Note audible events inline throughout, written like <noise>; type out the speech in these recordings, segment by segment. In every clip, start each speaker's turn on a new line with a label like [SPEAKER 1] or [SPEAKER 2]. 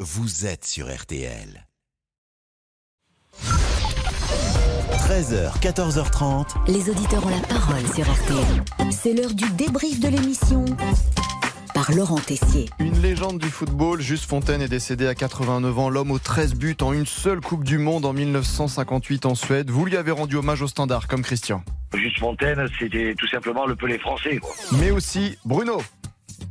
[SPEAKER 1] vous êtes sur RTL. 13h, 14h30.
[SPEAKER 2] Les auditeurs ont la parole sur RTL. C'est l'heure du débrief de l'émission par Laurent Tessier.
[SPEAKER 3] Une légende du football, Juste Fontaine est décédé à 89 ans, l'homme aux 13 buts en une seule Coupe du Monde en 1958 en Suède. Vous lui avez rendu hommage au standard, comme Christian.
[SPEAKER 4] Juste Fontaine, c'était tout simplement le Pelé français. quoi.
[SPEAKER 3] Mais aussi Bruno.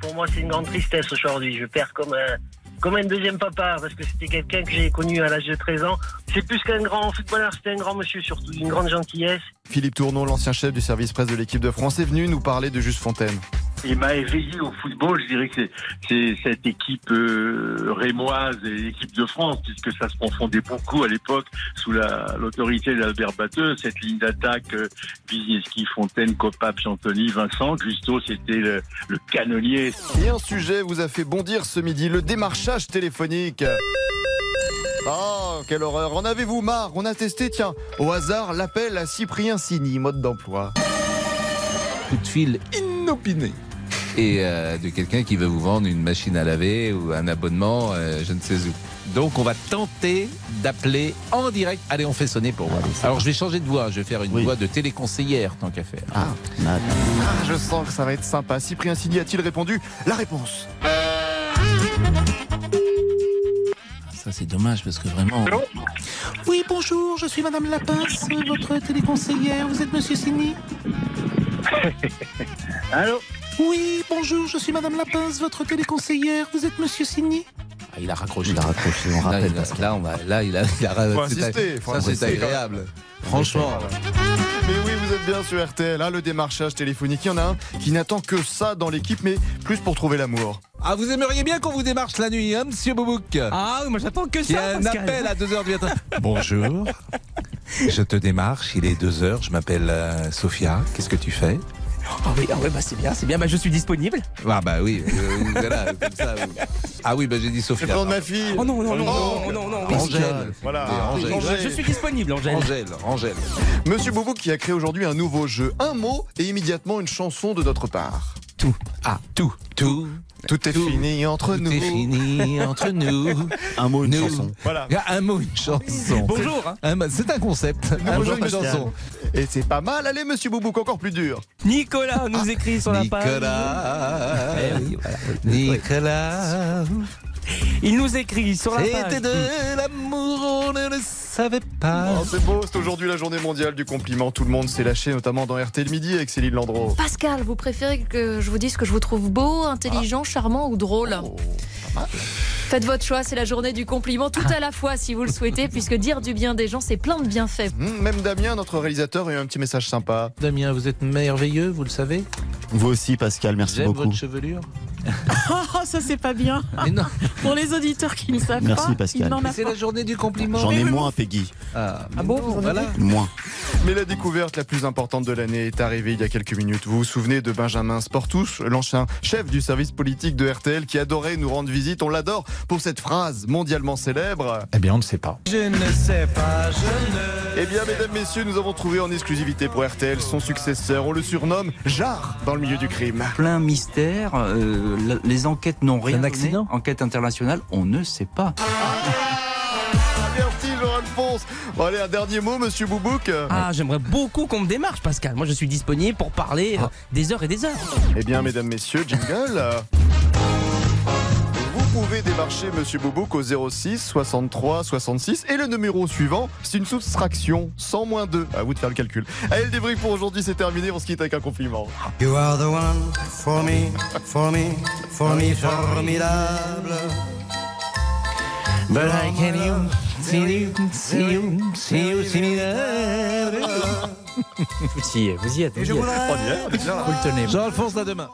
[SPEAKER 5] Pour moi, c'est une grande tristesse aujourd'hui. Je perds comme un, comme un deuxième papa, parce que c'était quelqu'un que j'ai connu à l'âge de 13 ans. C'est plus qu'un grand footballeur, c'était un grand monsieur surtout, d'une grande gentillesse.
[SPEAKER 3] Philippe Tournon, l'ancien chef du service presse de l'équipe de France, est venu nous parler de Juste Fontaine.
[SPEAKER 6] Il m'a éveillé au football. Je dirais que c'est- c'est cette équipe euh, rémoise et l'équipe de France, puisque ça se confondait beaucoup à l'époque sous la- l'autorité d'Albert Batteux. Cette ligne d'attaque, euh, Wisniewski, Fontaine, Copap, Chantoni, Vincent, Justo, c'était le, le canonnier.
[SPEAKER 3] Et un sujet vous a fait bondir ce midi, le démarchage téléphonique. Oh, quelle horreur. En avez-vous marre On a testé, tiens, au hasard, l'appel à Cyprien Sini, mode d'emploi.
[SPEAKER 7] coup de fil inopiné. Et euh, de quelqu'un qui veut vous vendre une machine à laver ou un abonnement, euh, je ne sais où. Donc on va tenter d'appeler en direct. Allez, on fait sonner pour voir. Alors je vais changer de voix, je vais faire une voix de téléconseillère tant qu'à faire.
[SPEAKER 3] Ah, je sens que ça va être sympa. Cyprien Sini a-t-il répondu La réponse.
[SPEAKER 7] Ça c'est dommage parce que vraiment. Oui, bonjour, je suis Madame Lapince, votre téléconseillère. Vous êtes Monsieur Sini
[SPEAKER 5] Allô
[SPEAKER 7] Oui, bonjour, je suis Madame Lapince, votre téléconseillère. Vous êtes Monsieur Signy Ah, il a raccroché. Il a raccroché, on rappelle. Là, il a, là, on va- là, il a, il a-
[SPEAKER 3] Faut
[SPEAKER 7] c'est-
[SPEAKER 3] insister, faut
[SPEAKER 7] ça, c'est
[SPEAKER 3] insister, quand
[SPEAKER 7] agréable. Franchement.
[SPEAKER 3] Mais oui, vous êtes bien sur RTL, hein, le démarchage téléphonique. Il y en a un qui n'attend que ça dans l'équipe, mais plus pour trouver l'amour.
[SPEAKER 7] Ah, vous aimeriez bien qu'on vous démarche la nuit, hein, monsieur Boubouk
[SPEAKER 8] Ah oui, moi j'attends que
[SPEAKER 7] Il y
[SPEAKER 8] ça.
[SPEAKER 7] a un
[SPEAKER 8] Pascal.
[SPEAKER 7] appel à 2h du matin. <laughs> Bonjour. Je te démarche, il est 2h, je m'appelle euh, Sophia. Qu'est-ce que tu fais
[SPEAKER 8] Ah oui, ah ouais, bah c'est bien, c'est bien. Bah je suis disponible.
[SPEAKER 7] Ah, bah oui, euh, voilà, comme ça. oui. Ah oui, bah j'ai dit Sophia.
[SPEAKER 3] C'est le nom de ma fille.
[SPEAKER 8] Oh non, non, non,
[SPEAKER 3] Oh,
[SPEAKER 8] non, non, non. oui.
[SPEAKER 7] Angèle.
[SPEAKER 3] Voilà.
[SPEAKER 7] Et Ah, Angèle.
[SPEAKER 3] Angèle.
[SPEAKER 8] Je suis disponible, Angèle.
[SPEAKER 7] Angèle, Angèle.
[SPEAKER 3] Monsieur Bobo qui a créé aujourd'hui un nouveau jeu. Un mot et immédiatement une chanson de notre part.
[SPEAKER 8] Tout.
[SPEAKER 7] Ah, tout. Tout.
[SPEAKER 3] Tout est
[SPEAKER 7] Tout.
[SPEAKER 3] fini entre
[SPEAKER 7] Tout
[SPEAKER 3] nous.
[SPEAKER 7] est fini entre nous.
[SPEAKER 1] Un mot, une
[SPEAKER 7] Nous.
[SPEAKER 1] chanson.
[SPEAKER 3] Voilà.
[SPEAKER 7] Il y a un mot, une chanson.
[SPEAKER 8] Bonjour. hein.
[SPEAKER 7] Ah bah, C'est un concept. Un mot,
[SPEAKER 3] Bonjour,
[SPEAKER 7] une
[SPEAKER 3] Pascal.
[SPEAKER 7] chanson.
[SPEAKER 3] Et c'est pas mal, allez Monsieur Boubouk, encore plus dur.
[SPEAKER 8] Nicolas nous écrit sur la page.
[SPEAKER 7] Nicolas.
[SPEAKER 8] Eh oui, voilà.
[SPEAKER 7] Nicolas.
[SPEAKER 8] Il nous écrit sur la
[SPEAKER 7] C'était
[SPEAKER 8] page.
[SPEAKER 7] de l'amour, on ne le savait pas.
[SPEAKER 3] Oh, c'est beau, c'est aujourd'hui la journée mondiale du compliment. Tout le monde s'est lâché, notamment dans RTL Midi avec Céline Landreau.
[SPEAKER 9] Pascal, vous préférez que je vous dise que je vous trouve beau, intelligent, charmant ou drôle Faites votre choix, c'est la journée du compliment tout à la fois si vous le souhaitez, puisque dire du bien des gens, c'est plein de bienfaits.
[SPEAKER 3] Hmm, Même Damien, notre réalisateur, a eu un petit message sympa.
[SPEAKER 7] Damien, vous êtes merveilleux, vous le savez.
[SPEAKER 1] Vous aussi, Pascal, merci
[SPEAKER 7] J'aime
[SPEAKER 1] beaucoup.
[SPEAKER 7] votre chevelure.
[SPEAKER 10] Oh, ça c'est pas bien.
[SPEAKER 7] Mais non,
[SPEAKER 10] Pour les auditeurs qui ne savent
[SPEAKER 1] Merci,
[SPEAKER 10] pas,
[SPEAKER 1] Pascal.
[SPEAKER 10] il n'en a
[SPEAKER 7] c'est
[SPEAKER 10] pas.
[SPEAKER 7] la journée du compliment.
[SPEAKER 1] J'en ai moins, Peggy.
[SPEAKER 7] Ah, mais
[SPEAKER 8] bon,
[SPEAKER 7] non,
[SPEAKER 8] vous en
[SPEAKER 7] voilà.
[SPEAKER 1] Moins.
[SPEAKER 3] Mais la découverte la plus importante de l'année est arrivée il y a quelques minutes. Vous vous souvenez de Benjamin Sportouche, l'ancien chef du service politique de RTL qui adorait nous rendre visite. On l'adore pour cette phrase mondialement célèbre.
[SPEAKER 7] Eh bien, on ne sait pas.
[SPEAKER 3] Eh bien, mesdames, messieurs, nous avons trouvé en exclusivité pour RTL son successeur. On le surnomme Jarre dans le milieu du crime.
[SPEAKER 11] plein mystère. euh, la- les enquêtes n'ont rien.
[SPEAKER 7] un
[SPEAKER 11] donné.
[SPEAKER 7] accident
[SPEAKER 11] Enquête internationale, on ne sait pas.
[SPEAKER 3] Merci Jean-Alphonse. Bon, allez, un dernier mot, monsieur Boubouk.
[SPEAKER 8] Ah, j'aimerais beaucoup qu'on me démarche, Pascal. Moi, je suis disponible pour parler euh, des heures et des heures.
[SPEAKER 3] Eh bien, mesdames, messieurs, jingle. Vous pouvez démarcher Monsieur Boubouk au 06 63 66 et le numéro suivant, c'est une soustraction, 100 moins 2. À vous de faire le calcul. Allez, le débrief pour aujourd'hui, c'est terminé. On se quitte avec un compliment.
[SPEAKER 6] You are the one for me, for me, for me, formidable.
[SPEAKER 7] But I can you, see you, see you, see you, see you.
[SPEAKER 8] Si, vous y êtes. vous y êtes.
[SPEAKER 3] Oh, bien, bien.
[SPEAKER 7] Jean-Alphonse, à demain.